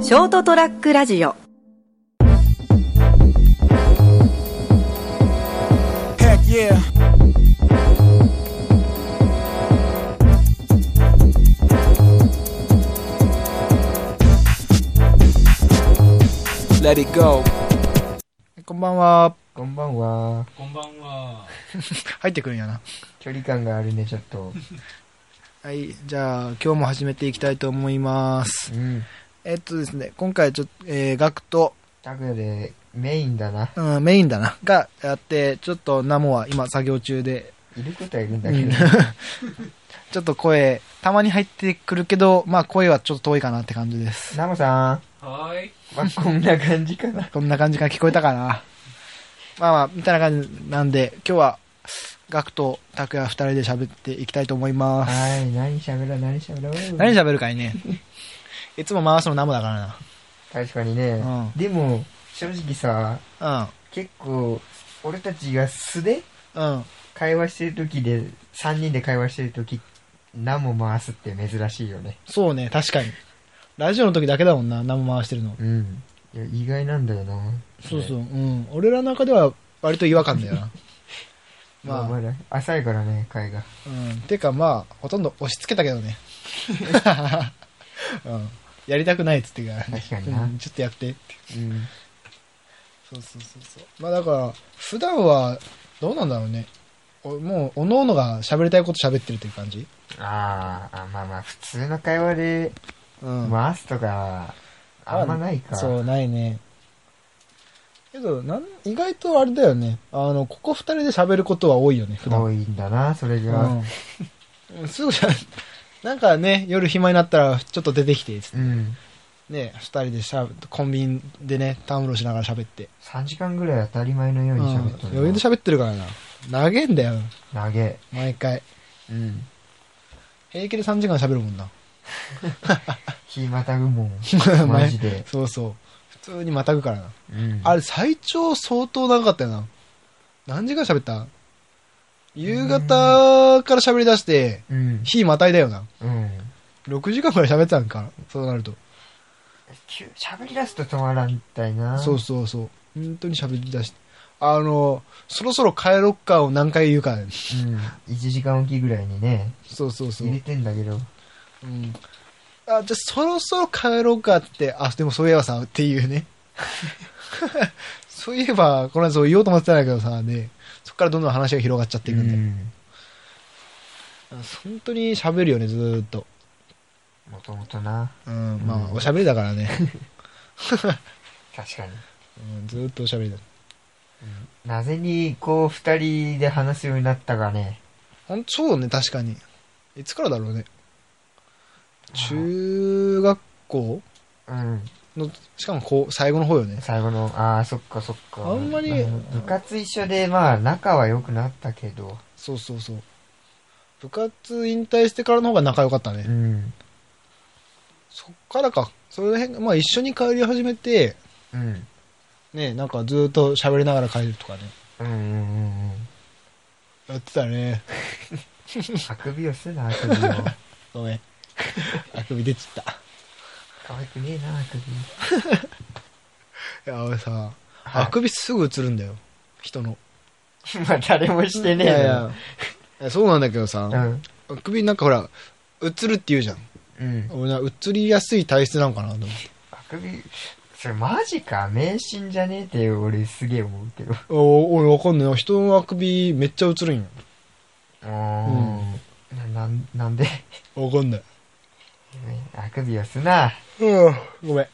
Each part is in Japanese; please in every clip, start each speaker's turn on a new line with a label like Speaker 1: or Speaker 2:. Speaker 1: ショートトラックラジオ
Speaker 2: Heck yeah. Let it go.
Speaker 3: こんばんは。こんばんは。
Speaker 4: こんばんは。
Speaker 3: 入ってくるんやな。
Speaker 5: 距離感があるね、ちょっ と。
Speaker 3: はい。じゃあ、今日も始めていきたいと思います
Speaker 5: う。ん。
Speaker 3: えっとですね、今回ちょっと、えー、ガクと、
Speaker 5: タグでメインだな。
Speaker 3: うん、メインだな、がやって、ちょっとナモは今作業中で、
Speaker 5: いることはいるんだ
Speaker 3: う
Speaker 5: け
Speaker 3: ん
Speaker 5: ど。
Speaker 3: ちょっと声、たまに入ってくるけど、まあ声はちょっと遠いかなって感じです。
Speaker 5: ナモさん。
Speaker 4: はーい。
Speaker 5: まあ、こんな感じ かな。
Speaker 3: こんな感じが聞こえたかな。まあまあ、みたいな感じなんで、今日は、ガクとタクヤ二人で喋っていきたいと思います。
Speaker 5: はい、何喋ろう、何喋ろう。
Speaker 3: 何喋るかいね。いつも回すのナモだからな。
Speaker 5: 確かにね。
Speaker 3: う
Speaker 5: でも、正直さ、結構、俺たちが素で
Speaker 3: うん。うん。
Speaker 5: 会話してる時で、3人で会話してる時、ナモ回すって珍しいよね。
Speaker 3: そうね、確かに。ラジオの時だけだもんな、何も回してるの。
Speaker 5: うん。いや、意外なんだよな。
Speaker 3: そうそう、うん。俺らの中では割と違和感だよ な。
Speaker 5: まあ、
Speaker 3: まあ
Speaker 5: ま、だ浅いからね、会が。
Speaker 3: うん。てかまあ、ほとんど押し付けたけどね。 うん。やりたくないっつってからね。
Speaker 5: 確かにな
Speaker 3: うんちょっとやってって。
Speaker 5: うん。
Speaker 3: そうそうそうそう。まあだから、普段はどうなんだろうね。おもう、おのおのが喋りたいこと喋ってるという感じ
Speaker 5: あーあ、まあまあ、普通の会話で、
Speaker 3: うん。
Speaker 5: 回すとか、あんまないか。
Speaker 3: そう、ないね。けど、なん、意外とあれだよね。あの、ここ二人で喋ることは多いよね、普段。
Speaker 5: 多いんだな、それが。うん。
Speaker 3: うん。すぐじゃ、なんかね、夜暇になったら、ちょっと出てきて、つってね、二人でしゃ、コンビニでね、たむろしながら喋って。
Speaker 5: 3時間ぐらい当たり前のよう
Speaker 3: う
Speaker 5: に
Speaker 3: ん
Speaker 5: 喋った
Speaker 3: 余裕で喋ってるからな。長えんだよ、
Speaker 5: 投げ。
Speaker 3: 毎回。
Speaker 5: うん。
Speaker 3: 平気で3時間喋るもんな。。
Speaker 5: 日またぐもん マジで。
Speaker 3: そうそう。普通にまたぐからな。
Speaker 5: うん。
Speaker 3: あれ、最長相当長かったよな。何時間喋った夕方から喋り出して、
Speaker 5: うん。
Speaker 3: 日またいだよな。
Speaker 5: うん。
Speaker 3: 6時間くらい喋ってたんか。そうなると。
Speaker 5: 急喋り出すと止まらんみたいな。
Speaker 3: そうそうそう。本当に喋り出して。あの、そろそろ帰ろっかを何回言うか、ね。
Speaker 5: うん。1時間おきぐらいにね、
Speaker 3: そうそうそう。
Speaker 5: 入れてんだけど。
Speaker 3: うん。あ、じゃあそろそろ帰ろうかって、あ、でもそういえばさ、っていうね。そういえば、この間そう言おうと思ってたんだけどさ、で、そっからどんどん話が広がっちゃっていくんだよ。あ本当に喋るよね、ずーっと。
Speaker 5: もともとな。
Speaker 3: うん、まあ、
Speaker 5: うん
Speaker 3: おしゃべりだから ね。
Speaker 5: 確かに。
Speaker 3: うん、ずーっとおしゃべりだ。
Speaker 5: なぜに、こう、二人で話すようになったかね。
Speaker 3: ほんそうね、確かに。いつからだろうね。中学校
Speaker 5: うん。
Speaker 3: の、しかもこう、最後の方よね。
Speaker 5: 最後の、ああ、そっかそっか。
Speaker 3: あんまり
Speaker 5: う部活一緒で、まあ、仲は良くなったけど。
Speaker 3: そうそうそう。部活引退してからの方が仲良かったね。
Speaker 5: うん。
Speaker 3: そっからか。それら辺が、まあ一緒に帰り始めて、
Speaker 5: うん。
Speaker 3: ね、なんかずーっと喋りながら帰るとかね。
Speaker 5: うんうんうんうん。
Speaker 3: やってたね。
Speaker 5: あくびをすな、あくびを。
Speaker 3: ごめん。 あくび出ちった。
Speaker 5: 可愛くねえな、あくび。
Speaker 3: いや、俺さ、
Speaker 5: はい
Speaker 3: あくびすぐ映るんだよ。人の。
Speaker 5: まあ、誰もしてねえ
Speaker 3: い
Speaker 5: の
Speaker 3: やい
Speaker 5: よ
Speaker 3: や。いやそうなんだけどさ、
Speaker 5: うん。
Speaker 3: あくびなんかほら、映るって言うじゃん。
Speaker 5: うん。
Speaker 3: 俺な、映りやすい体質なんかなと思っ
Speaker 5: あくび、それマジか、迷信じゃねえって俺すげえ思うけど。
Speaker 3: て。お俺わかんない。人のあくびめっちゃ映るんよ。
Speaker 5: うーん。な、なん、なんで
Speaker 3: わかんない。
Speaker 5: あくびをすな。
Speaker 3: うん。ごめん。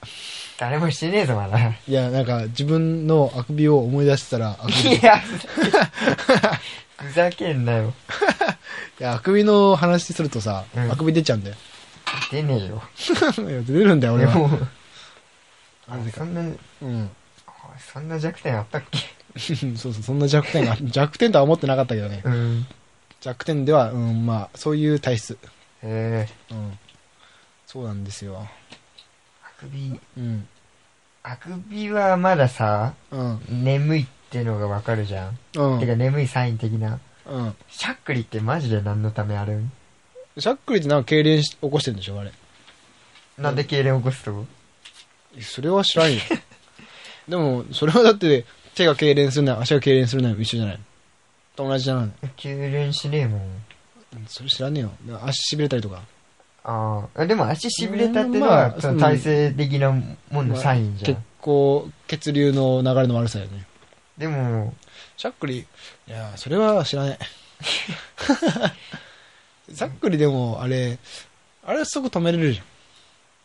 Speaker 5: 誰もしてねえぞ、まだ。
Speaker 3: いや、なんか自分のあくびを思い出したら、あくび
Speaker 5: いや、 ふざけんなよ。
Speaker 3: いや、あくびの話するとさ、
Speaker 5: うん
Speaker 3: あくび出ちゃうんだよ。
Speaker 5: 出ねえよ。
Speaker 3: いや出るんだよ、俺
Speaker 5: 俺
Speaker 3: は。
Speaker 5: も。
Speaker 3: あれ
Speaker 5: そ
Speaker 3: か。
Speaker 5: んな、
Speaker 3: うん。
Speaker 5: そんな弱点あったっけ
Speaker 3: そうそう、そんな弱点が、弱点とは思ってなかったけどね。
Speaker 5: うん。
Speaker 3: 弱点では、うん、まあ、そういう体質。
Speaker 5: えー、
Speaker 3: うん。そうなんですよ。
Speaker 5: あくび、
Speaker 3: うん。
Speaker 5: あくびはまださ、
Speaker 3: うん。
Speaker 5: 眠いってのがわかるじゃん。
Speaker 3: うん
Speaker 5: て。か眠いサイン的な。
Speaker 3: うん。
Speaker 5: しゃっくりってマジで何のためあるん
Speaker 3: しゃっくりってなんか痙攣し起こしてるんでしょ、あれ。
Speaker 5: なんで痙攣起こすと
Speaker 3: それは知らんよ。でも、それはだって、手が痙攣するな、足が痙攣するなよ、一緒じゃないの。と同じじゃないの。
Speaker 5: 9連しねえもん。
Speaker 3: うんそれ知らねえよ。だから足痺れたりとか。
Speaker 5: ああ。でも足痺れたってのは、
Speaker 3: まあ
Speaker 5: その体制的なもんのサインじゃん。
Speaker 3: 結構、血流の流れの悪さよね。
Speaker 5: でも、
Speaker 3: しゃっくり、いやー、それは知らない。ざっくりでも、あれ、あれすぐ止めれるじ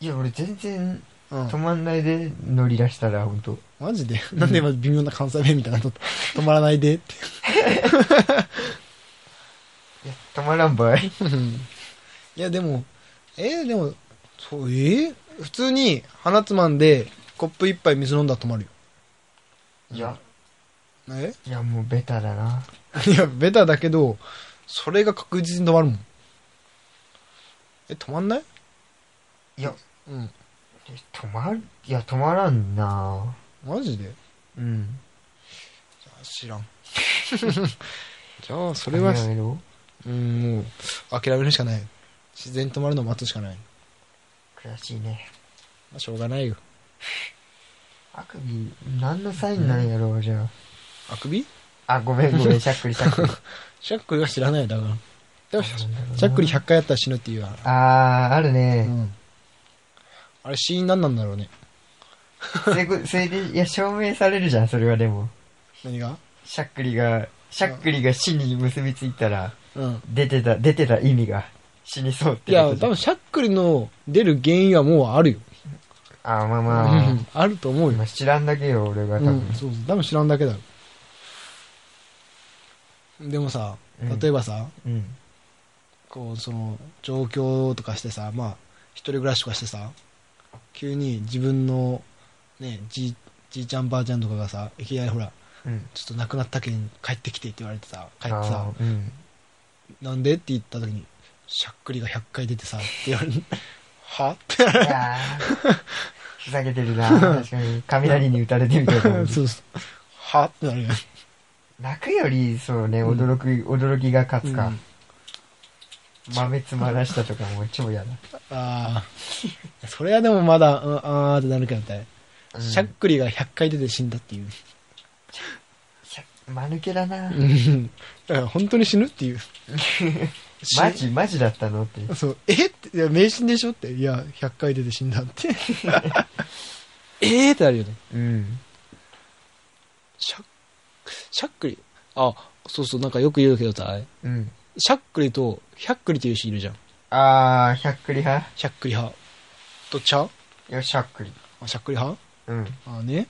Speaker 5: いや、俺全然
Speaker 3: ゃん。う
Speaker 5: 止
Speaker 3: ん。
Speaker 5: まんないで乗り出したら、ほんと。
Speaker 3: マジでなんで今微妙な関西弁みたいなの止まらないでって。
Speaker 5: いや、止まらんば い。
Speaker 3: うんいや、でも、えーでも、そう、えー普通に鼻つまんでコップ一杯水飲んだら止まるよ。
Speaker 5: いや、
Speaker 3: え
Speaker 5: いや、もうベタだな。
Speaker 3: いや、ベタだけど、それが確実に止まるもん。え、止まんない
Speaker 5: いや、
Speaker 3: うん。
Speaker 5: え止まる、いや、止まらんな
Speaker 3: マジで
Speaker 5: うん。
Speaker 3: 知らん。 じゃあ、そ
Speaker 5: こ
Speaker 3: れは、
Speaker 5: やめろ。
Speaker 3: うん、もう、諦めるしかない。自然に止まるのを待つしかない。
Speaker 5: 悔しいね。
Speaker 3: まあ、しょうがないよ。
Speaker 5: あくび、何のサインなんやろう、じゃ
Speaker 3: あくび
Speaker 5: あ。あ、ごめん ごめん、しゃっくりしゃっくり。
Speaker 3: しゃっくりは知らないよ、だから。でも、
Speaker 5: そうなんだろうな
Speaker 3: しゃっくり100回やったら死ぬっていうわ
Speaker 5: あー、あるね。
Speaker 3: うん。あれ、死因何なんだろうね。
Speaker 5: それこそれで、いや、証明されるじゃん、それはでも。
Speaker 3: 何が
Speaker 5: しゃっくりが、しゃっくりが死に結びついたら、
Speaker 3: うん。
Speaker 5: 出てた、出てた意味が死にそうっ
Speaker 3: い
Speaker 5: て
Speaker 3: や
Speaker 5: こ、とじ
Speaker 3: 多
Speaker 5: ゃん
Speaker 3: 分、しゃっくりの出る原因はもうあるよ。
Speaker 5: あー、まあ
Speaker 3: う
Speaker 5: まあ
Speaker 3: ん。あると思うよ
Speaker 5: ま。あ、知らんだけよ、俺が多
Speaker 3: う
Speaker 5: 分。
Speaker 3: ん、そうそう。多分知らんだけだろ。でもさ
Speaker 5: うん、
Speaker 3: 例えばさ、
Speaker 5: うん。
Speaker 3: こう、その、状況とかしてさ、まあ、一人暮らしとかしてさ、急に自分の、ね、じい、じいちゃんばあちゃんとかがさ、いきなりほら、
Speaker 5: うん。
Speaker 3: ちょっと亡くなったけん帰ってきてって言われてさ、帰
Speaker 5: あ
Speaker 3: ってさ、
Speaker 5: ーうん。
Speaker 3: なんでって言った時に、しゃっくりが100回出てさ、って言われる。はって
Speaker 5: いやーふざけてるな確かに。雷に打たれてみたいな。
Speaker 3: そうそう。はってなるよね。
Speaker 5: 泣くより、そうね、
Speaker 3: うん
Speaker 5: 驚く、驚きが勝つか。
Speaker 3: うん
Speaker 5: 豆つまらしたとかも超嫌だ。
Speaker 3: ああ。それはでもまだ、うん、あーってなるけどね。
Speaker 5: うん
Speaker 3: しゃっくりが100回出て死んだっていう。
Speaker 5: しゃ間抜けだな
Speaker 3: うんだから本当に死ぬって いう。死
Speaker 5: マジ、マジだったのって。
Speaker 3: そう、えって、いや、迷信でしょって。いや、100回出て死んだって。 えーってなるよね。
Speaker 5: うん。
Speaker 3: しゃっ、しゃっくり。あ、そうそう、なんかよく言うけどさ、
Speaker 5: うん。
Speaker 3: しゃっくりと、ひゃっくりっていう人いるじゃん。
Speaker 5: あー、ひゃっくり派
Speaker 3: しゃっくり派。どっち派
Speaker 5: いや、しゃっくり。
Speaker 3: あしゃっくり派
Speaker 5: うん。
Speaker 3: ああね。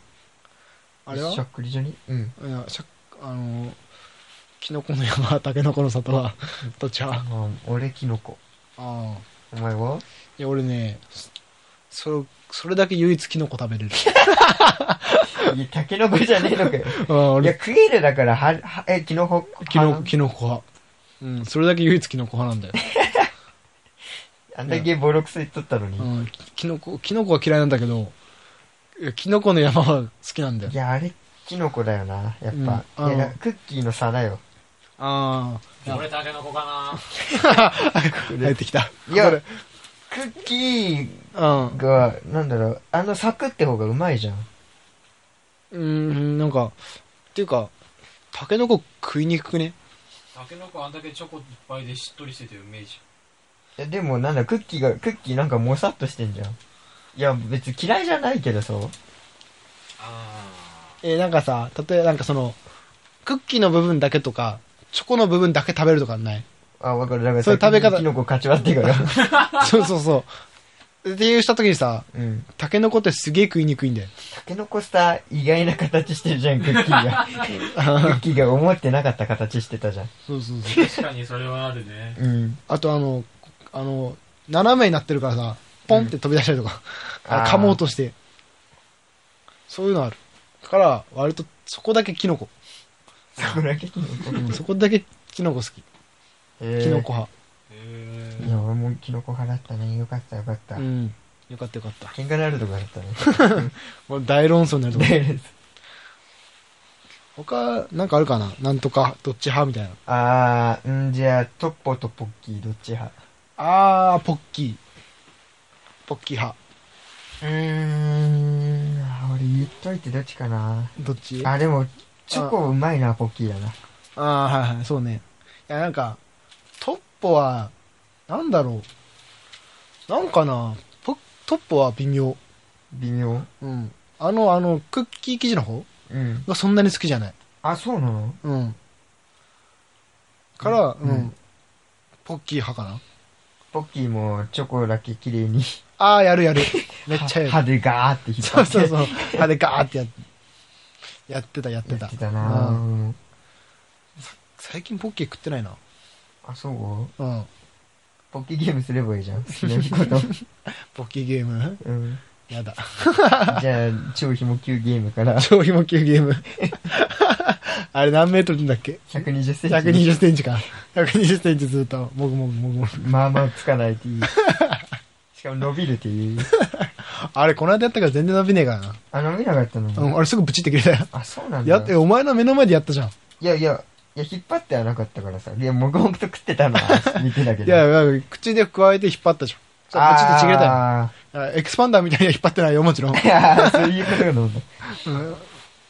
Speaker 3: あれは
Speaker 5: しゃっくりじゃねうん。
Speaker 3: いや、しゃっあの、キノコの山、 タケノコの里は、どっち派あ
Speaker 5: あ俺、キノコ。
Speaker 3: あ。
Speaker 5: お前はい
Speaker 3: や、俺ね、そそれ、それだけ唯一キノコ食べれる。
Speaker 5: いや、タケノコじゃねえのかよ。
Speaker 3: あ あ、
Speaker 5: いや、
Speaker 3: 俺、
Speaker 5: 食えるだから、は、はえ、キノコ。
Speaker 3: キノコ、キノコ派。うん、それだけ唯一キノコ派 なんだよ。
Speaker 5: あんだけボロクソ言っとったのに。
Speaker 3: うん、きキノコ、キノコは嫌いなんだけど、いやキノコの山は好きなんだよ
Speaker 5: い。や、あれ、キノコだよな、やっぱ。
Speaker 3: うん
Speaker 5: いや
Speaker 3: あの
Speaker 5: クッキーの差だよ。
Speaker 3: ああ、
Speaker 1: 俺タケノコか
Speaker 3: 入ってきた。
Speaker 5: いや
Speaker 3: これ、
Speaker 5: クッキー
Speaker 3: うん。
Speaker 5: が、なんだろう、あのサクって方がうまいじゃん。
Speaker 3: うーん、なんか、っていうか、タケノコ食いにくくね
Speaker 1: なタケノコあんだけチョコいっぱいでしっとりしててうめえじ
Speaker 5: えでも、なんだ、クッキーが、クッキーなんかもさっとしてんじゃん。いや、別に嫌いじゃないけどさ。
Speaker 1: ゃんあ
Speaker 3: えーなんかさ、例えばなんかその、クッキーの部分だけとか、チョコの部分だけ食べるとかない
Speaker 5: あ、わかる。だから
Speaker 3: そういう食べ方
Speaker 5: 先にキノコかち割っ てから。
Speaker 3: そうそうそう。っていうした時にさ、
Speaker 5: うん。
Speaker 3: タケノコってすげえ食いにくいんだよ。
Speaker 5: タケノコスター意外な形してるじゃん、クッキ ーが。クッキーが思ってなかった形してたじゃん。
Speaker 3: そうそうそう。
Speaker 1: 確かにそれはあるね
Speaker 5: うん。
Speaker 3: あとあの、あの、斜めになってるからさ、ポンって飛び出したりとか、
Speaker 5: あー
Speaker 3: 噛もうとして。そういうのある。だから、割とそこだけキノコ。
Speaker 5: そこだけキノコ。
Speaker 3: うんそこだけキノコ好き。
Speaker 5: えー
Speaker 3: キノコ派。
Speaker 1: へえ
Speaker 5: いや、俺もキノコ派だったね。よかった、よかった。
Speaker 3: うん。よかったよかった。
Speaker 5: 喧嘩になるとこだ ったね。
Speaker 3: これ大論争になる と思う。
Speaker 5: で
Speaker 3: 他、なんかあるかななんとか、どっち派みたいな。
Speaker 5: あー、んじゃあ、トッポとポッキーどっち派
Speaker 3: あー、ポッキー。ポッキー派。
Speaker 5: うーん、言っといてどっちかな。
Speaker 3: どっちあ
Speaker 5: あ、でも、チョコうまいな、ポッキーだな。
Speaker 3: あー、はいはい、そうね。いや、なんか、トッポは、なんだろう。なんかな、ポトッポは微妙。
Speaker 5: 微妙。
Speaker 3: うん。あの、あの、クッキー生地の方
Speaker 5: うん。
Speaker 3: がそんなに好きじゃない。
Speaker 5: あ、そうなの
Speaker 3: うん。から、
Speaker 5: うん
Speaker 3: う
Speaker 5: うん
Speaker 3: ん。ポッキー派かな。
Speaker 5: ポッキーもチョコだけ綺麗に、
Speaker 3: ああ、やるや る。めっちゃやる。
Speaker 5: 歯でガーって引っ張
Speaker 3: そう
Speaker 5: って。
Speaker 3: そうそう。あれガーってやっやってた、やって
Speaker 5: や
Speaker 3: た。
Speaker 5: ってたな
Speaker 3: うん
Speaker 5: うん
Speaker 3: 最近ポッキー食ってないな。
Speaker 5: あ、そう
Speaker 3: うん。
Speaker 5: ポッキーゲームすればいい じゃん。好きなこと。
Speaker 3: ポッキーゲーム
Speaker 5: うん。
Speaker 3: やだ。
Speaker 5: じゃあ、超ひも級ゲーム から、
Speaker 3: 超ひも級ゲーム。 あれ何メートルだっけ
Speaker 5: 120センチ。
Speaker 3: 120センチか。120センチずっと、もぐもぐもぐもぐ。
Speaker 5: まあまあつかないっていう。しかも伸びるっていう。
Speaker 3: あれ、この間やったから全然伸びねえからな。
Speaker 5: あ、伸びなかったの、
Speaker 3: うん、あれすぐブチって切れたよ。
Speaker 5: あ、そうなんだ。
Speaker 3: やって、お前の目の前でやったじゃん。
Speaker 5: いやいや、いや、引っ張ってはなかったからさ。いや、もぐもぐと食ってた のは見てたけど。
Speaker 3: いや、なんか口で加えて引っ張ったじゃん。そうブチってちぎれたよ。
Speaker 5: あ
Speaker 3: あエクスパンダーみたいには引っ張ってないよ、もちろん。
Speaker 5: ーいやそういうことなんだ。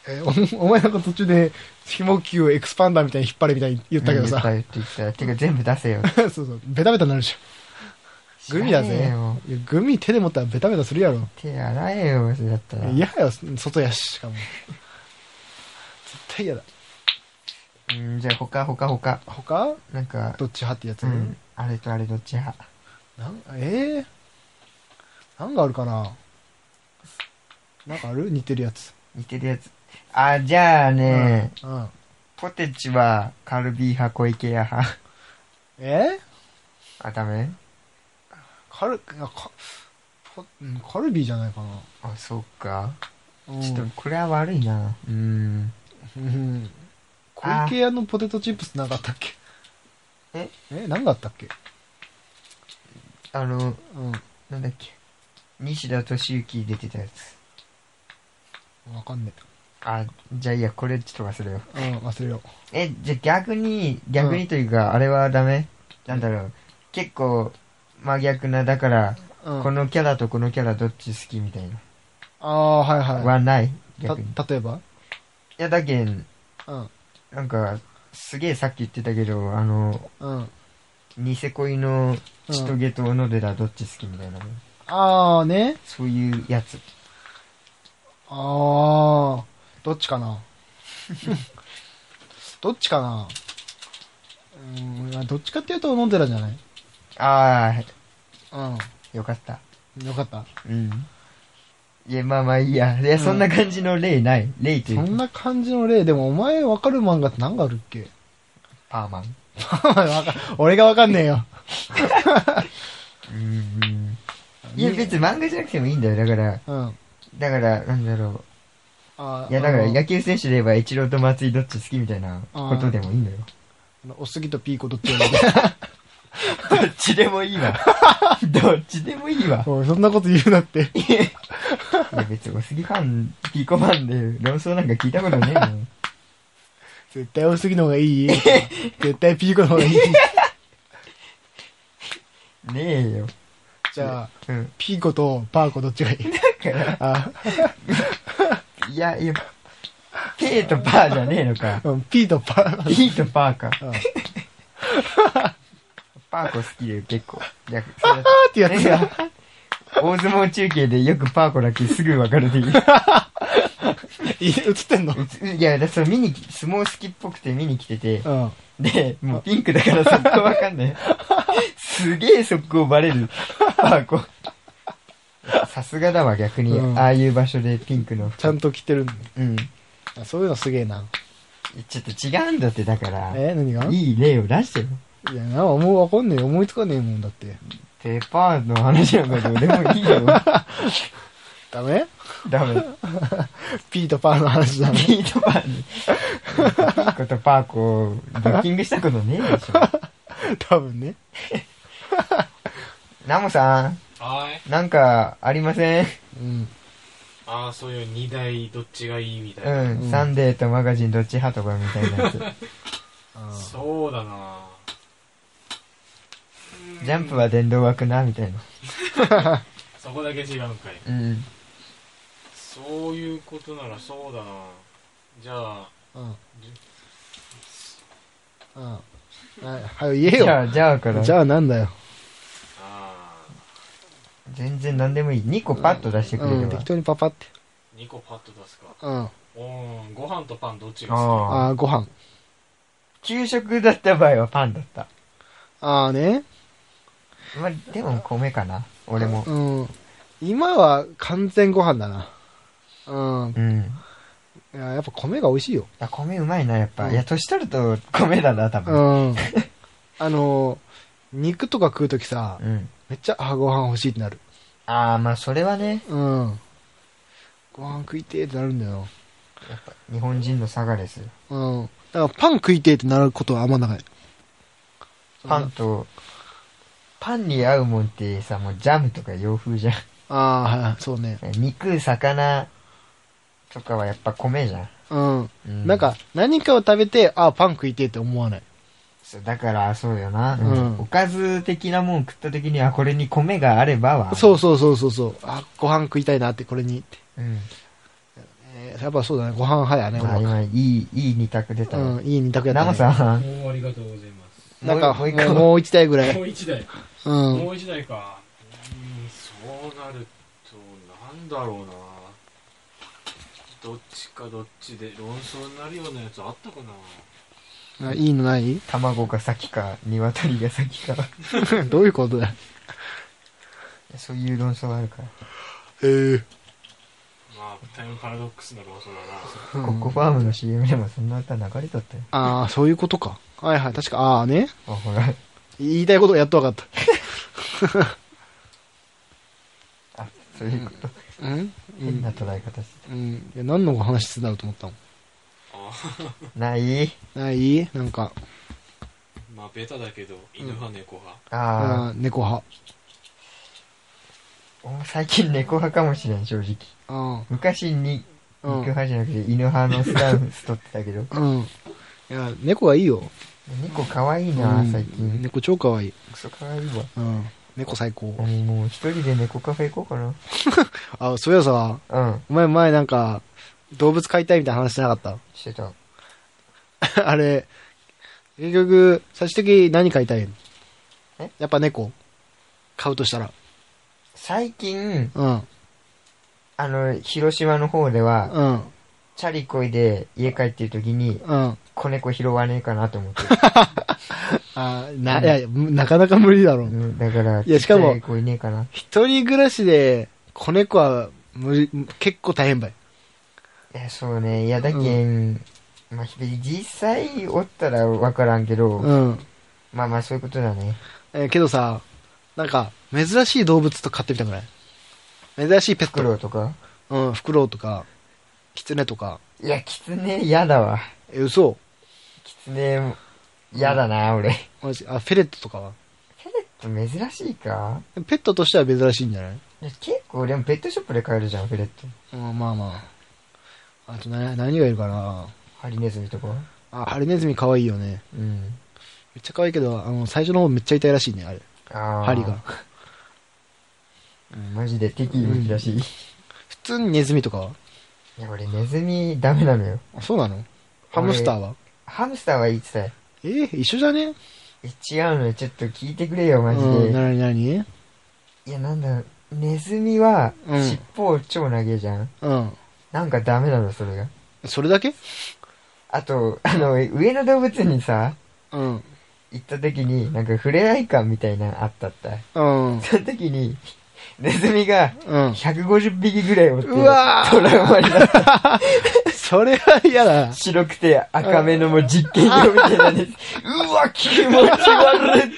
Speaker 3: えおお前なんか途中で、ひも球をエクスパンダーみたいに引っ張れみたいに言ったけど
Speaker 5: 言った
Speaker 3: さ。
Speaker 5: 言った言った。てか全部出せよ。
Speaker 3: そうそう、ベタベタになるじゃん。グミだ
Speaker 5: 知らねえ
Speaker 3: ぜ
Speaker 5: よ。
Speaker 3: いやグミ手で持ったらベタベタするやろ。
Speaker 5: 手洗えよ、それだったら。
Speaker 3: 嫌やよ、外やし、しかも。絶対嫌だ。
Speaker 5: うん、じゃあ他、他、他。
Speaker 3: 他
Speaker 5: なんか、
Speaker 3: どっち派ってやつ、
Speaker 5: うん、あれとあれどっち派。
Speaker 3: なんえー、なんがあるかななんかある似てるやつ。
Speaker 5: 似てるやつ。あ、じゃあね、
Speaker 3: うん。うん、
Speaker 5: ポテチはカルビー派、小池屋派。
Speaker 3: えー
Speaker 5: あ、ダメ
Speaker 3: カル、いやかポうんカルビーじゃないかな。
Speaker 5: あ、そうか。
Speaker 3: うん
Speaker 5: ちょっと、これは悪いな。うん。
Speaker 3: うん小
Speaker 5: あ
Speaker 3: 池屋のポテトチップスなかったっけ
Speaker 5: え
Speaker 3: え何があったっけ
Speaker 5: あの、
Speaker 3: うん。
Speaker 5: なんだっけ。西田敏行出てたやつ。
Speaker 3: わかんね
Speaker 5: あ、じゃあいいや、これちょっと忘れよう。
Speaker 3: え。うん、忘れよ
Speaker 5: え、じゃあ逆に、逆にというか、あれはダメなんだろう。結構、真逆な、だから、
Speaker 3: う。うん。
Speaker 5: このキャラとこのキャラどっち好きみたいな。
Speaker 3: ああ、はいは
Speaker 5: はない逆に。い
Speaker 3: い。た、例えば
Speaker 5: や、だけん、
Speaker 3: うん。
Speaker 5: なんか、すげえさっき言ってたけど、あの、
Speaker 3: うん。
Speaker 5: ニセ恋のチトゲと小野寺どっち好きみたいな、
Speaker 3: ああね。
Speaker 5: そういうやつ。
Speaker 3: ああ、どっちかな どっちかなうーん、どっちかっていうと、飲んでたじゃない
Speaker 5: あ
Speaker 3: う
Speaker 5: あ、よかった。
Speaker 3: ん。よかった。
Speaker 5: うん。いや、まあまあいいや。いや、そんな感じの例ない。例とい
Speaker 3: そ
Speaker 5: うんか、
Speaker 3: な感じの例、でもお前わかる漫画って何があるっけ
Speaker 5: パーマン。
Speaker 3: わか俺がわかんねえよ。
Speaker 5: うん。いや、別に漫画じゃなくてもいいんだよ。だから、
Speaker 3: うん。
Speaker 5: だから、なんだろ
Speaker 3: あ
Speaker 5: う。いや、だから、
Speaker 3: あの
Speaker 5: 野球選手で言えば、イチローと松井どっち好きみたいなことでもいいんだよ。
Speaker 3: あのおすぎとピーコどっちがいい
Speaker 5: どっちでもいいわ。 どっちでもいいわ。
Speaker 3: おいそんなこと言うな って。
Speaker 5: いや、別に、お杉ファン、ピーコファンで論争なんか聞いたこと ねえもん。
Speaker 3: 絶対おすぎの方がいい。絶対ピーコの方 がいい。
Speaker 5: ねえよ。
Speaker 3: じゃあ、
Speaker 5: うん。
Speaker 3: ピーコとパーコどっちがいい
Speaker 5: だから、
Speaker 3: あ、
Speaker 5: いや、いや、ペーとパーじゃねえのか。
Speaker 3: うん、ピーとパ ー。
Speaker 5: ピーとパーか。
Speaker 3: うん
Speaker 5: パーコ好きだよ、結構。いや、それ
Speaker 3: あーってやつだ。
Speaker 5: 大相撲中継でよくパーコだけすぐ分かるでいい。
Speaker 3: い 映ってんの
Speaker 5: うついや、だそれ見に来、相撲好きっぽくて見に来てて、
Speaker 3: うん。
Speaker 5: で、もうピンクだから速攻わかんない。すげえ速攻バレる。パーコ。さすがだわ、逆に。
Speaker 3: うん
Speaker 5: ああいう場所でピンクの服。
Speaker 3: ちゃんと着てるんだ。
Speaker 5: うん。
Speaker 3: あそういうのすげえな。
Speaker 5: ちょっと違うんだって、だから。
Speaker 3: え何がい
Speaker 5: いい例を出してよ。
Speaker 3: や、なんか思うわかんねえ。思いつかねえもんだって。
Speaker 5: ペーパーの話なんかどうでもいいよ。
Speaker 3: ダメ
Speaker 5: ダメ。
Speaker 3: ピーとパーの話だね。
Speaker 5: ピートパーに。ピーコとパーコをドッキングしたことねえでしょ。
Speaker 3: 多分ね。
Speaker 5: ナモさん、
Speaker 1: はーい。
Speaker 5: なんかありません
Speaker 3: うん。
Speaker 1: ああ、そういう二台どっちがいいみたいうな。
Speaker 5: ん、サンデーとマガジンどっち派とかみたい なやつ。
Speaker 1: そうだな
Speaker 5: ジャンプは電動枠なみたいな。
Speaker 1: そこだけ違うんかい。
Speaker 5: うん。
Speaker 1: そそういうことならそうだなじゃあ
Speaker 3: うん。
Speaker 1: じ
Speaker 3: うん。はい、はよ言え
Speaker 5: じゃ
Speaker 3: よ。
Speaker 5: あ、じゃあから。
Speaker 3: じゃあなんだよ。
Speaker 1: あ
Speaker 5: 全然何でもいい。2個パッと出してくれ
Speaker 3: う
Speaker 5: れ
Speaker 3: ん、
Speaker 5: ば。
Speaker 3: 適当にパパって。
Speaker 1: 2個パッと出すか
Speaker 3: うん。あ
Speaker 1: おーんご飯とパンどっちが好き
Speaker 5: ああ。
Speaker 3: あー、ご飯。
Speaker 5: 昼食だった場合はパンだった。
Speaker 3: ああね。
Speaker 5: まあ、でも米かな。俺も。
Speaker 3: うん。今は完全ご飯だな。うん。
Speaker 5: うん。
Speaker 3: いややっぱ米が美味しいよ。
Speaker 5: あ米うまいな、やっぱ。
Speaker 3: うん
Speaker 5: いや、年取ると米だな、多
Speaker 3: う
Speaker 5: 分。
Speaker 3: ん。あの、肉とか食うときさ、
Speaker 5: うん。
Speaker 3: めっちゃ、あーご飯欲しいってなる。
Speaker 5: ああ、まあ、それはね、
Speaker 3: うん。ご飯食いてーってなるんだよ。
Speaker 5: 日本人の差がです。
Speaker 3: うん。だからパン食いてーってなることはあんまない。
Speaker 5: パンと、パンに合うもんってさ、もうジャムとか洋風じゃん。
Speaker 3: ああー、はい、そうね。
Speaker 5: 肉、魚とかはやっぱ米じゃん。
Speaker 3: うん。
Speaker 5: うん
Speaker 3: なんか、、何かを食べて、ああ、パン食いてーって思わない。
Speaker 5: そうだからそうよな、
Speaker 3: うん
Speaker 5: おかず的なもん食った時にはこれに米があればは
Speaker 3: そうそうそうそうそう。あ、ご飯食いたいなって、これにって。
Speaker 5: う、ん
Speaker 3: えーやっぱそうだね、ご飯派やね、
Speaker 5: まあ、
Speaker 3: 俺は
Speaker 5: 今いいいい二択出たよ、
Speaker 3: うん、いい二択やった、
Speaker 5: ナ
Speaker 3: ね。
Speaker 5: モさん
Speaker 1: おーありがとうございます
Speaker 3: なんか、も
Speaker 5: もう
Speaker 3: う
Speaker 5: 一個
Speaker 3: もう一台ぐら
Speaker 1: も
Speaker 3: い。
Speaker 1: う1台
Speaker 3: う
Speaker 1: も
Speaker 3: ん。
Speaker 1: う1台かうーんそうなるとなんだろうなどっちかどっちで論争になるようなやつあったかな
Speaker 3: あいいのない
Speaker 5: 卵が先か鶏が先か
Speaker 3: どういうことだよ。
Speaker 5: そういう論争あるから、
Speaker 3: えー、
Speaker 1: まあタイムパラドックスな論争だな
Speaker 5: ココファームの CM でもそんな歌流れとったよ
Speaker 3: ああ、そういうことか。はいはい、確か、ああね。
Speaker 5: あほら
Speaker 3: 言いたいことがやっとわかっ
Speaker 5: あそういうこと、
Speaker 3: た。うんう
Speaker 5: 変
Speaker 3: ん。
Speaker 5: な捉え方して
Speaker 3: うん。いや、何の話すんだろうと思ったもん。
Speaker 1: あ
Speaker 5: ない
Speaker 3: ないなんか、
Speaker 1: まあベタだけど犬派猫派、
Speaker 5: あ
Speaker 3: あー猫派。
Speaker 5: あ、お最近猫派かもしれん正直
Speaker 3: あ
Speaker 5: 昔に
Speaker 3: あ、
Speaker 5: 肉
Speaker 3: う
Speaker 5: 派じゃなくて犬派のスタンス取って たけど
Speaker 3: ん。うん。いや、猫がいいよ。
Speaker 5: 猫可愛いうな、
Speaker 3: ん
Speaker 5: 最近
Speaker 3: 猫超可愛い。
Speaker 5: クソ可愛いわ
Speaker 3: うん。猫最高。
Speaker 5: うんもう一人で猫カフェ行こう
Speaker 3: あ、そういやさ、
Speaker 5: かな。うん。
Speaker 3: お前前なんか、動物飼いたいみたいな話してなかっ
Speaker 5: してた。
Speaker 3: た あれ、結局、最終的に何飼いたいの
Speaker 5: え
Speaker 3: やっぱ猫飼うとしたら。
Speaker 5: 最近、
Speaker 3: うん。
Speaker 5: あの、広島の方では、
Speaker 3: うん。
Speaker 5: チャリこいで家帰ってる時に、
Speaker 3: うん。
Speaker 5: 子猫拾わねえかなと思ってる。
Speaker 3: あな、いやいや、むなかなか無理だろ
Speaker 5: う
Speaker 3: う。
Speaker 5: んだから、
Speaker 3: いやしかも
Speaker 5: ちっちゃい子いねえかな。
Speaker 3: 一人暮らしで、子猫は無理、結構大変ばい。
Speaker 5: いや、そうね。いや、だけん、まあ、実際おったらわからんけど、
Speaker 3: うん。
Speaker 5: まあまあそういうことだね。
Speaker 3: えーけどさ、なんか、珍しい動物と飼ってみたくない珍しいペッ
Speaker 5: フク
Speaker 3: ト。
Speaker 5: ロウとか。
Speaker 3: うん、フクロウとか、キツネとか。
Speaker 5: いや、キツネ嫌だわ。
Speaker 3: え、嘘
Speaker 5: キツネ、嫌だな、俺。
Speaker 3: マジあ、フェレットとかは
Speaker 5: ちょっと珍しいか
Speaker 3: ペットとしては珍しいんじゃない
Speaker 5: いや結構、でもペットショップで買えるじゃん、フレット。
Speaker 3: うん、まあまあ。あとな、何がいるかな
Speaker 5: ハリネズミとか。
Speaker 3: あ、ハリネズミ可愛いよね。
Speaker 5: うん。
Speaker 3: めっちゃ可愛いけど、あの、最初の方めっちゃ痛いらしいね、あれ。
Speaker 5: あー
Speaker 3: 針が。。
Speaker 5: うんマジで敵武器らしい。い
Speaker 3: 普通にネズミとかは
Speaker 5: や、俺ネズミダメなのよ。
Speaker 3: あ、そうなのハムスターは
Speaker 5: ハムスターはいいってたよ。
Speaker 3: えー一緒じゃね
Speaker 5: え違うのよ、ちょっと聞いてくれよ、マジ
Speaker 3: うん、
Speaker 5: で。
Speaker 3: なになに
Speaker 5: いや、なんだろう、ネズミは、
Speaker 3: うん
Speaker 5: 尻尾超長えじゃん。
Speaker 3: うん。
Speaker 5: なんかダメなの、それが。
Speaker 3: それだけ
Speaker 5: あと、あの、上野動物園にさ、
Speaker 3: うん。
Speaker 5: 行った時に、なんか触れない感みたいなのあったった。
Speaker 3: うん。うん。
Speaker 5: その時に、ネズミが、
Speaker 3: うん。
Speaker 5: 150匹ぐらいおって、
Speaker 3: うわー
Speaker 5: トラウマになった。
Speaker 3: それは嫌だな。
Speaker 5: 白くて赤目のもう実験用みたいなんです。うわ、気持ち悪い。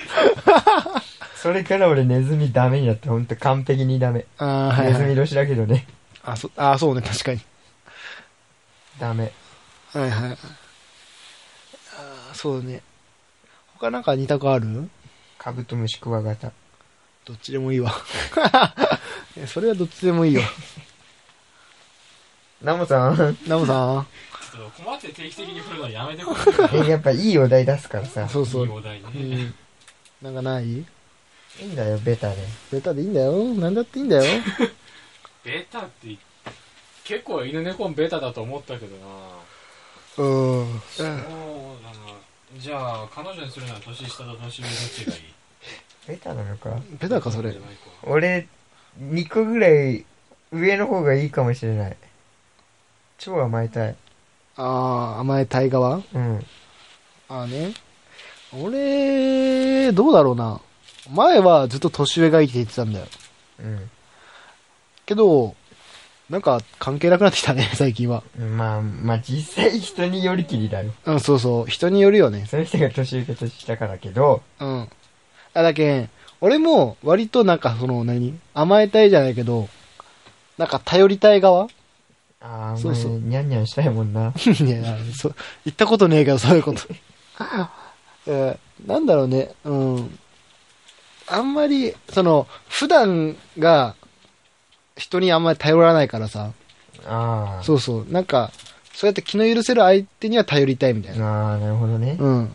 Speaker 5: それから俺ネズミダメになって、ほんと完璧にダメ。
Speaker 3: あーはい
Speaker 5: ネズ
Speaker 3: は
Speaker 5: ミ
Speaker 3: い。
Speaker 5: 年だけどね。
Speaker 3: あ、そ、あー、そうね、確かに。
Speaker 5: ダメ。
Speaker 3: はいはい。あーそうだね。他なんか二択ある
Speaker 5: カブトムシクワガタ。
Speaker 3: どっちでもいいわ。 いやそれはどっちでもいいよ。
Speaker 5: ナモさん、
Speaker 3: ナムさ
Speaker 1: ちょっと困って定期的に振るのはやめてくれ
Speaker 5: えやっぱいいお題出すからさ
Speaker 3: ん。。そう
Speaker 1: いい
Speaker 3: そう。
Speaker 1: お題ね、
Speaker 3: うん。なんかない
Speaker 5: いいんだよ、ベタで。
Speaker 3: ベタでいいんだよ。なんだっていいんだよ。
Speaker 1: ベタって言っ結構犬猫ンベタだと思ったけどな
Speaker 3: うん。
Speaker 1: そうだなじゃあ彼女にするなら年下と年上どっちがいい
Speaker 5: ベタなのか
Speaker 3: ベタか、それ
Speaker 1: じゃ。ないか
Speaker 5: 俺、2個ぐらい上の方がいいかもしれない。超甘えたい。
Speaker 3: ああ、甘えたい側
Speaker 5: うん。
Speaker 3: ああね。俺、どうだろうな。前はずっと年上がいいって言ってたんだよ。
Speaker 5: うん
Speaker 3: けど、なんか関係なくなってきたね、 最近は。
Speaker 5: うん。まあ、まあ実際人によりきりだよ。
Speaker 3: うん、そうそう。人によるよね。
Speaker 5: その人が年上か年下かだけど、
Speaker 3: うん。あ、だけん、俺も割となんかその何、甘えたいじゃないけど、なんか頼りたい側
Speaker 5: ああ、
Speaker 3: そうそう
Speaker 5: お前ニャンニャンしたいもんな。
Speaker 3: いや、そう、言ったことねえけど、そういうこと。えーなんだろうね、うん。あんまり、その、普段が、人にあんまり頼らないからさ、
Speaker 5: ああ。
Speaker 3: そうそう、なんか、そうやって気の許せる相手には頼りたいみたいな。
Speaker 5: ああ、なるほどね。
Speaker 3: うん。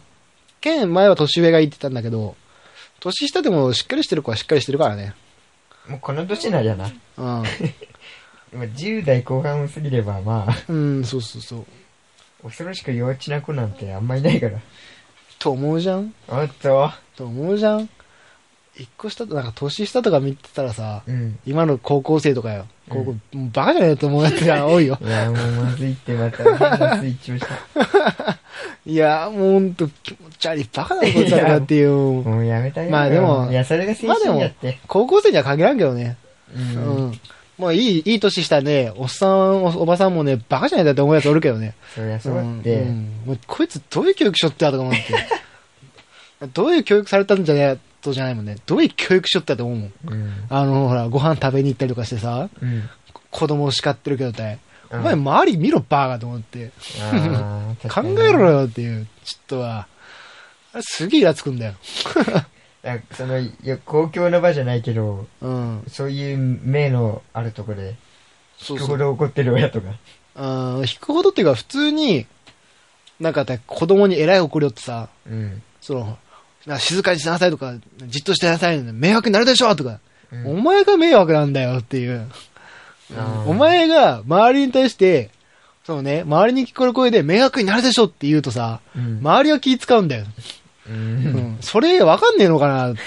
Speaker 3: けん、前は年上がいいって言ったんだけど、年下でもしっかりしてる子はしっかりしてるからね。
Speaker 5: もうこの年なんや
Speaker 3: う
Speaker 5: な。
Speaker 3: ん。
Speaker 5: まあ10代後半を過ぎればまあ、
Speaker 3: うん、そうそうそう。
Speaker 5: 恐ろしく幼稚な子なんてあんまいないから。
Speaker 3: と思うじゃん
Speaker 5: おっと。
Speaker 3: と思うじゃん一個下と、なんか年下とか見てたらさ、
Speaker 5: うん。。
Speaker 3: 今の高校生とかよ、高校、もうバカじゃないと思うやつが多いよ
Speaker 5: いや、もうまずいってまた変なスイッチをした。
Speaker 3: いやー、もうほんと気持ち悪い、バカなことだなっていう。
Speaker 5: もうやめたよ。
Speaker 3: まあでも
Speaker 5: いや、それが青春やって。
Speaker 3: 高校生には限らんけどね。
Speaker 5: う。
Speaker 3: うんん。もういい、いい年したね、おっさん、おおばさんもね、バカじゃないだって思うやつおるけどね。
Speaker 5: そりゃそう
Speaker 3: う
Speaker 5: だ
Speaker 3: ん
Speaker 5: っ
Speaker 3: う
Speaker 5: て。
Speaker 3: んもうこいつどういう教育しよってやとか思って。 どういう教育されたんじゃねえとじゃないもんね。どういう教育しよってやと思うもん。
Speaker 5: うん。
Speaker 3: あの、ほら、ご飯食べに行ったりとかしてさ、
Speaker 5: うん。
Speaker 3: 子供を叱ってるけどね、
Speaker 5: うん
Speaker 3: お前周り見ろ、バーガーと思って。
Speaker 5: あー
Speaker 3: 考
Speaker 5: 確かに
Speaker 3: えろよっていう、ちょっとは。あれすげえイラつくんだよ。
Speaker 5: なんかその、いや、公共の場じゃないけど、
Speaker 3: うん。
Speaker 5: そういう目のあるとこで、
Speaker 3: そ
Speaker 5: 聞
Speaker 3: う
Speaker 5: く
Speaker 3: そ
Speaker 5: ほ
Speaker 3: う。
Speaker 5: ど怒ってる親とか。
Speaker 3: うん、引くほどっていうか、普通に、なんかね子供に偉い怒りよってさ、
Speaker 5: うん。
Speaker 3: その、なんか静かにしなさいとか、じっとしてなさい、迷惑になるでしょとか、
Speaker 5: うん
Speaker 3: お前が迷惑なんだよっていう。
Speaker 5: あー
Speaker 3: お前が周りに対して、そうね、周りに聞こえる声で迷惑になるでしょって言うとさ、
Speaker 5: うん
Speaker 3: 周りは気使うんだよ。う
Speaker 5: う。
Speaker 3: んん。それわかんねえのかなって。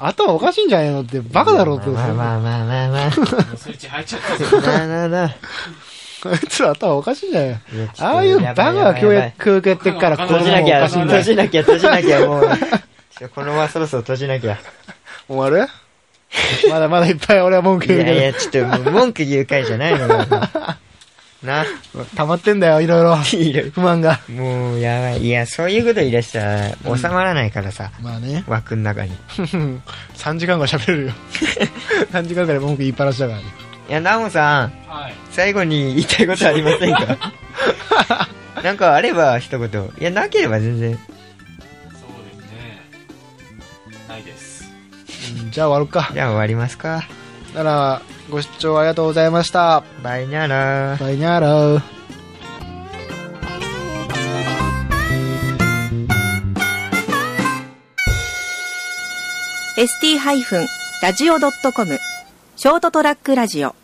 Speaker 3: 頭おかしいんじゃねえのって、バカだろって。
Speaker 5: まあまあまあまあまあ。
Speaker 1: もうスイッチ入っちゃ ったぞ
Speaker 5: まあなあなあ。
Speaker 3: あいつら頭おかしいんじゃない
Speaker 5: いやちょっと
Speaker 3: ああいうバカが教
Speaker 5: やばいやばい
Speaker 3: 育教育やってっから、
Speaker 1: バカ
Speaker 5: 閉じなきゃ、
Speaker 1: このまま
Speaker 5: 閉じなきゃ、閉じなきゃ、もう。ちょこのままそろそろ閉じなきゃ。
Speaker 3: 終わる まだまだいっぱい俺は文句
Speaker 5: い
Speaker 3: 言う
Speaker 5: やい
Speaker 3: け
Speaker 5: や、ちょっともう文句言う会じゃないのよ。もうな。
Speaker 3: ど。溜まってんだよ、いろいろ。
Speaker 5: いる。
Speaker 3: 不満が。
Speaker 5: もうやばい。いや、そういうこと言い出したら収まらないからさ、
Speaker 3: まあ ね。
Speaker 5: 枠の中に。い
Speaker 3: 3時間ぐらい喋れるよ。3時間ぐらい文句言いっぱなしだからね。
Speaker 5: や、ナモさん、
Speaker 1: はい
Speaker 5: 最後に言いたいことありませんかなんかあれば一言。いや、なければ全然。
Speaker 1: そうですねないです
Speaker 3: うんじゃあ終わろうか。
Speaker 5: じゃあ終わりますか。
Speaker 3: なら、ご視聴ありがとうございました。
Speaker 5: バイニャラー。
Speaker 3: バイニャーラー。
Speaker 4: ST-radio.com ショートトラックラジオ